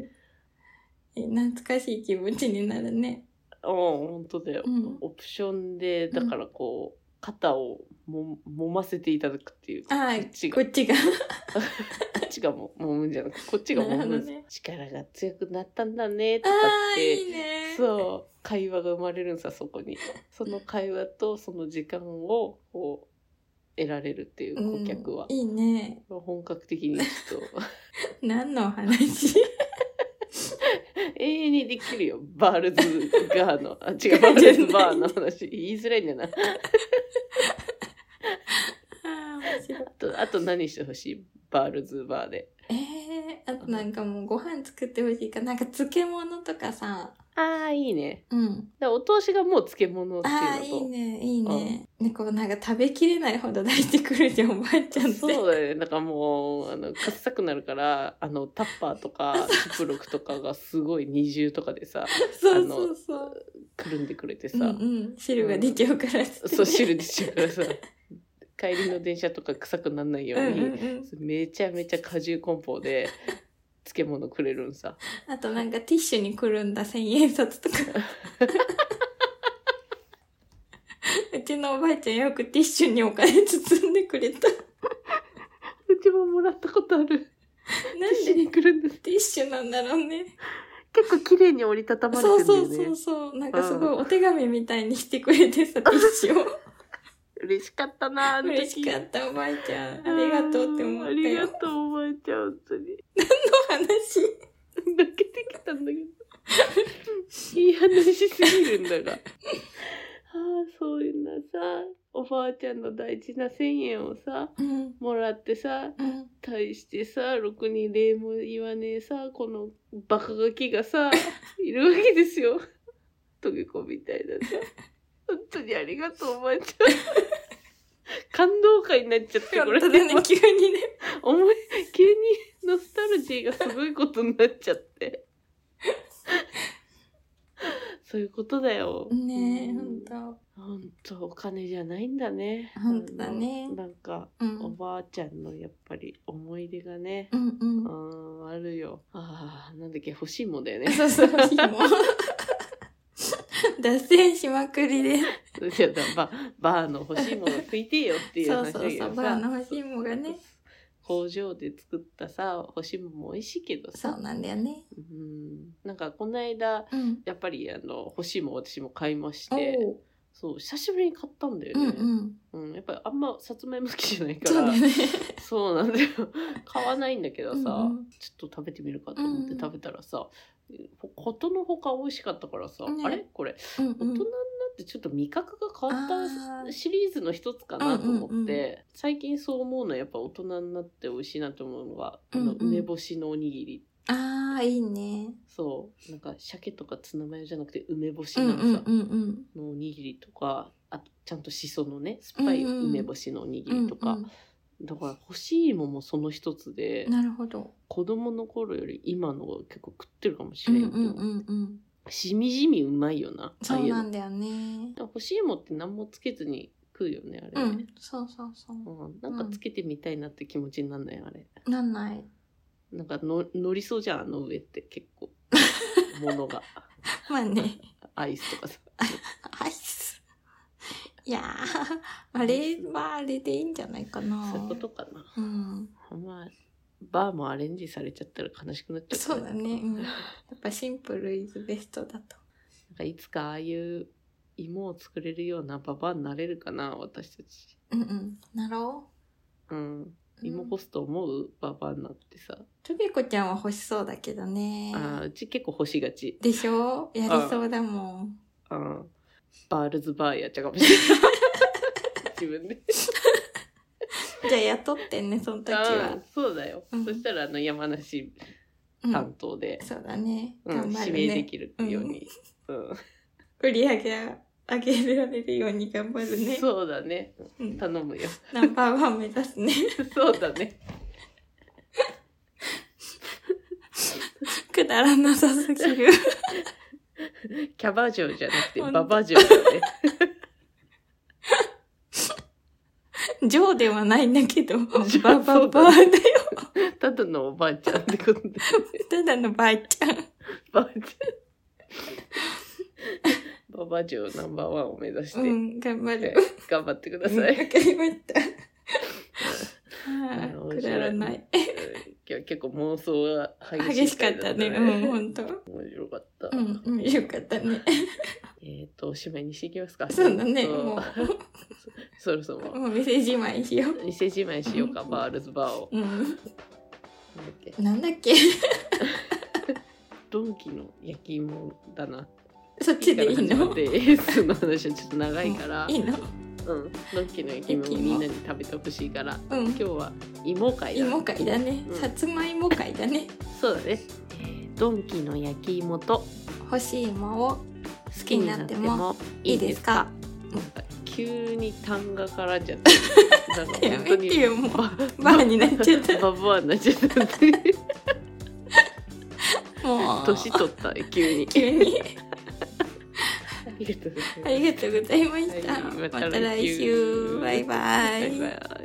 Speaker 1: うん、。
Speaker 2: 懐かしい気持ちになるね。
Speaker 1: 本当だよ。
Speaker 2: うん。
Speaker 1: オプションで、だからこう、肩をも揉ませていただくっていう。こ
Speaker 2: ああ、
Speaker 1: っちが
Speaker 2: こっちが。
Speaker 1: っちがも揉むんじゃなくて、こっちが揉
Speaker 2: なる
Speaker 1: む
Speaker 2: ほ
Speaker 1: ん
Speaker 2: ど
Speaker 1: です、
Speaker 2: ね
Speaker 1: 力が強くなったんだね、とか
Speaker 2: あ
Speaker 1: っ
Speaker 2: あ、
Speaker 1: て。
Speaker 2: いいね。
Speaker 1: そう、会話が生まれるんさ、そこに。その会話とその時間を、こう、得られるっていうう、
Speaker 2: ん
Speaker 1: 顧客は。
Speaker 2: いいね。
Speaker 1: 本格的にちょっと、
Speaker 2: 何のお話
Speaker 1: 永遠にできるよ。バールズガーの、あ、違う、バールズバーの話。言いづらいんだよな。
Speaker 2: ああ、面白い
Speaker 1: あ。と、あと何してほしいバールズバーで。
Speaker 2: ええー、あとなんかもうご飯作ってほしいから、なんか漬物とかさ。
Speaker 1: ああ、いいね。
Speaker 2: うん。
Speaker 1: だからお通しがもう漬物って
Speaker 2: ああ、
Speaker 1: い
Speaker 2: いう
Speaker 1: の
Speaker 2: い
Speaker 1: と。
Speaker 2: ね、いいね。ね、こうなんか食べきれないほど出してくるじゃん、おばあちゃんって。
Speaker 1: そうだよね。だからもう、あの、くっさくなるから、あの、タッパーとか、チプロクとかがすごい二重とかでさ、
Speaker 2: そうそうそう。
Speaker 1: くるんでくれて
Speaker 2: うん
Speaker 1: さ、
Speaker 2: うん、汁が出ちゃうからっつって
Speaker 1: そう、汁出ちゃうからさ、帰りの電車とか臭くならないよう
Speaker 2: うんうん
Speaker 1: に、
Speaker 2: うん、
Speaker 1: めちゃめちゃ果汁梱包で、漬物くれるんさ。
Speaker 2: あとなんかティッシュにくるんだ千円 札とかうちのおばあちゃんよくティッシュにお金包んでくれた
Speaker 1: うちももらったことある。
Speaker 2: なんで
Speaker 1: にくるんです。
Speaker 2: ティッシュなんだろうね
Speaker 1: 結構綺麗に折りたたまれて
Speaker 2: そう
Speaker 1: るんだ
Speaker 2: そ
Speaker 1: よ
Speaker 2: う
Speaker 1: ね。
Speaker 2: そうそうなんかすごいお手紙みたいにしてくれてさティッシュを
Speaker 1: 嬉しかった な、あの時
Speaker 2: 嬉しかったおばあちゃんありがとうって思った
Speaker 1: あり
Speaker 2: よ
Speaker 1: がとう、おばあちゃん、本当に。
Speaker 2: お話
Speaker 1: 泣けてきたんだ けど。いい話すぎるんだが。 ああ、そういうなさ、おばあちゃんの大事な1000円をさ、
Speaker 2: うん
Speaker 1: もらってさ、
Speaker 2: うん
Speaker 1: 対してさ、ろくに礼も言わねえさ、このバカガキが さ、いるわけですよ。トゲ子みたいなさ。本当にありがとう、おばあ ちゃん。感動会になっちゃって、こ
Speaker 2: 本
Speaker 1: れ。
Speaker 2: 当だね急にね
Speaker 1: 思い急にノスタルジーがすごいことになっちゃってそういうことだよ
Speaker 2: ねえ
Speaker 1: うん
Speaker 2: ほんとそう。
Speaker 1: ほんとお金じゃないんだね
Speaker 2: ほんとだね
Speaker 1: あのなんか
Speaker 2: うん。
Speaker 1: おばあちゃんのやっぱり思い出がね
Speaker 2: うんうん。
Speaker 1: うんあるよあーなんだっけ欲しいもんだよね
Speaker 2: そうそう、欲しいもん脱線しまくりで。
Speaker 1: いやだババーの欲しいもの食いてえよっていう
Speaker 2: そう
Speaker 1: 話だ
Speaker 2: そう
Speaker 1: け
Speaker 2: そ
Speaker 1: ど
Speaker 2: う、
Speaker 1: さ
Speaker 2: バーの欲しいもんがね。
Speaker 1: 工場で作ったさ干し芋も美味しいけど
Speaker 2: そ
Speaker 1: さ
Speaker 2: うなんだよね。
Speaker 1: うんなんかこの間
Speaker 2: うん。
Speaker 1: やっぱりあの干し芋私も買いまし
Speaker 2: お
Speaker 1: て
Speaker 2: お。
Speaker 1: そう久しぶりに買ったんだよ
Speaker 2: う
Speaker 1: ね、
Speaker 2: んうん。
Speaker 1: うんやっぱりあんまさつまいも好きじゃないか
Speaker 2: そう
Speaker 1: ら
Speaker 2: だね。
Speaker 1: そうなんだよ買わないんだけどさ、
Speaker 2: うんうん
Speaker 1: ちょっと食べてみるかと思っ
Speaker 2: うん
Speaker 1: て
Speaker 2: うん
Speaker 1: 食べたらさ、ほことのほか美味しかったからさ、
Speaker 2: ね
Speaker 1: あれこれ
Speaker 2: うん
Speaker 1: 大人にな
Speaker 2: う。
Speaker 1: んってちょっと味覚が変わ
Speaker 2: あ
Speaker 1: った
Speaker 2: ー
Speaker 1: シリーズの一つかなと思って、
Speaker 2: うんうんう
Speaker 1: 最近そう思うのはやっぱ大人になって美味しいなと思うのは、あ
Speaker 2: うんう
Speaker 1: の
Speaker 2: ん
Speaker 1: 梅干しのおにぎり
Speaker 2: ああ、いいね。
Speaker 1: そうなんか鮭とかツナマヨじゃなくて梅干し
Speaker 2: うん
Speaker 1: のさ、
Speaker 2: うんうんうん。
Speaker 1: のおにぎりとかあとちゃんとしそのね酸っぱい梅干しのおにぎりとか、
Speaker 2: うん
Speaker 1: だから欲しいももその一つで
Speaker 2: うんなるほど。
Speaker 1: 子供の頃より今の方が結構食ってるかもし
Speaker 2: う
Speaker 1: れ
Speaker 2: ん
Speaker 1: ん
Speaker 2: う
Speaker 1: けど、
Speaker 2: んうんうん。
Speaker 1: しみじみうまいよなあ
Speaker 2: そ
Speaker 1: あいううの
Speaker 2: なんだよね。
Speaker 1: 欲しいもって何もつけずに食うよねあ
Speaker 2: う
Speaker 1: れ
Speaker 2: ん
Speaker 1: ね、、
Speaker 2: そうそうそう。
Speaker 1: うんなんかつけてみたいなって気持ちになんないあれ
Speaker 2: なんない。
Speaker 1: なんかの乗りそうじゃんあの上って結 構ものが
Speaker 2: まあね、
Speaker 1: アイスとかさ
Speaker 2: アイス。いやー、あれはあれでいいんじゃないかな。
Speaker 1: そういうことかな
Speaker 2: うん。
Speaker 1: まあバーもアレンジされちゃったら悲しくなっちゃう
Speaker 2: そうだね。うん。や
Speaker 1: な
Speaker 2: っぱシンプルイズベストだと。
Speaker 1: んかいつかああいう芋を作れるようなババアになれるかな私たち
Speaker 2: うんうん。なろ
Speaker 1: うん
Speaker 2: う。
Speaker 1: 芋
Speaker 2: うん
Speaker 1: 干すと思うババアになってさ、
Speaker 2: トビコちゃんは欲しそうだけどね
Speaker 1: あ。ーうち結構欲しがち、
Speaker 2: でしょやりそうだもん。
Speaker 1: あーバールズバーやっちゃうかもしれない自分で
Speaker 2: じゃあ雇ってね、その時
Speaker 1: う
Speaker 2: は
Speaker 1: ん。そうだよ、
Speaker 2: うん
Speaker 1: そしたらあの山梨
Speaker 2: うん
Speaker 1: 担当で、
Speaker 2: そうだね。
Speaker 1: うん
Speaker 2: 頑張
Speaker 1: 指
Speaker 2: る
Speaker 1: 名で
Speaker 2: ね。
Speaker 1: きるように、うん
Speaker 2: 売り上げ上げられるように頑張るね。
Speaker 1: そうだね
Speaker 2: うん
Speaker 1: 頼むよ
Speaker 2: ナンバーワン目指すね。
Speaker 1: そうだね
Speaker 2: くだらなさすぎ る。
Speaker 1: キャバ嬢じゃなくて
Speaker 2: 本
Speaker 1: バ
Speaker 2: 当
Speaker 1: バ嬢だね
Speaker 2: ジョーではないんだけど、
Speaker 1: ョー
Speaker 2: バババ
Speaker 1: そ
Speaker 2: ーだよ。
Speaker 1: ただのおばあちゃんってことで
Speaker 2: ただのばあちゃん。
Speaker 1: ババ嬢ババ嬢ナンバーワンを目指して、
Speaker 2: うん、頑張
Speaker 1: え
Speaker 2: る。
Speaker 1: ー頑張ってください
Speaker 2: わかり ました。は
Speaker 1: あの
Speaker 2: いくだらない。
Speaker 1: 今日は結構妄想が激
Speaker 2: 激
Speaker 1: し
Speaker 2: し
Speaker 1: い
Speaker 2: か
Speaker 1: 回
Speaker 2: ったね。
Speaker 1: だ
Speaker 2: うん、ほんと。
Speaker 1: 面白かった。
Speaker 2: うん、うんよかったね。
Speaker 1: えっ、と、おしまいにしていきますか。
Speaker 2: そうだね。
Speaker 1: そう
Speaker 2: も、
Speaker 1: そろそうろ、
Speaker 2: もう店じまいしよう。
Speaker 1: 伊勢じまいしようか、
Speaker 2: うん
Speaker 1: バールズバーを。
Speaker 2: うん。
Speaker 1: なんだっけ
Speaker 2: なんだっけ
Speaker 1: ドンキの焼き芋だな。
Speaker 2: そっちでいいの
Speaker 1: で、エースの話はちょっと長いから、
Speaker 2: いいの
Speaker 1: うん、ドンキの焼き芋を
Speaker 2: 焼き芋
Speaker 1: みんなに食べてほしいから、
Speaker 2: うん
Speaker 1: 今。日は芋会だ。
Speaker 2: 芋会だね。
Speaker 1: うん
Speaker 2: さつまいも会だね。
Speaker 1: そうだね。えードンキの焼き芋と
Speaker 2: 欲しい芋を
Speaker 1: 好
Speaker 2: きになってもいいですか
Speaker 1: 急に単語からじゃった。なんか
Speaker 2: や
Speaker 1: 本当
Speaker 2: め
Speaker 1: に
Speaker 2: てよ、もう。
Speaker 1: バ
Speaker 2: バーになっちゃった
Speaker 1: ババアになっちゃった本当に。
Speaker 2: もう。
Speaker 1: 年取った急に。
Speaker 2: 急に。
Speaker 1: ありがとうございます。
Speaker 2: ありがとうございました。
Speaker 1: はい
Speaker 2: また来週。バイバイ。
Speaker 1: バイバイ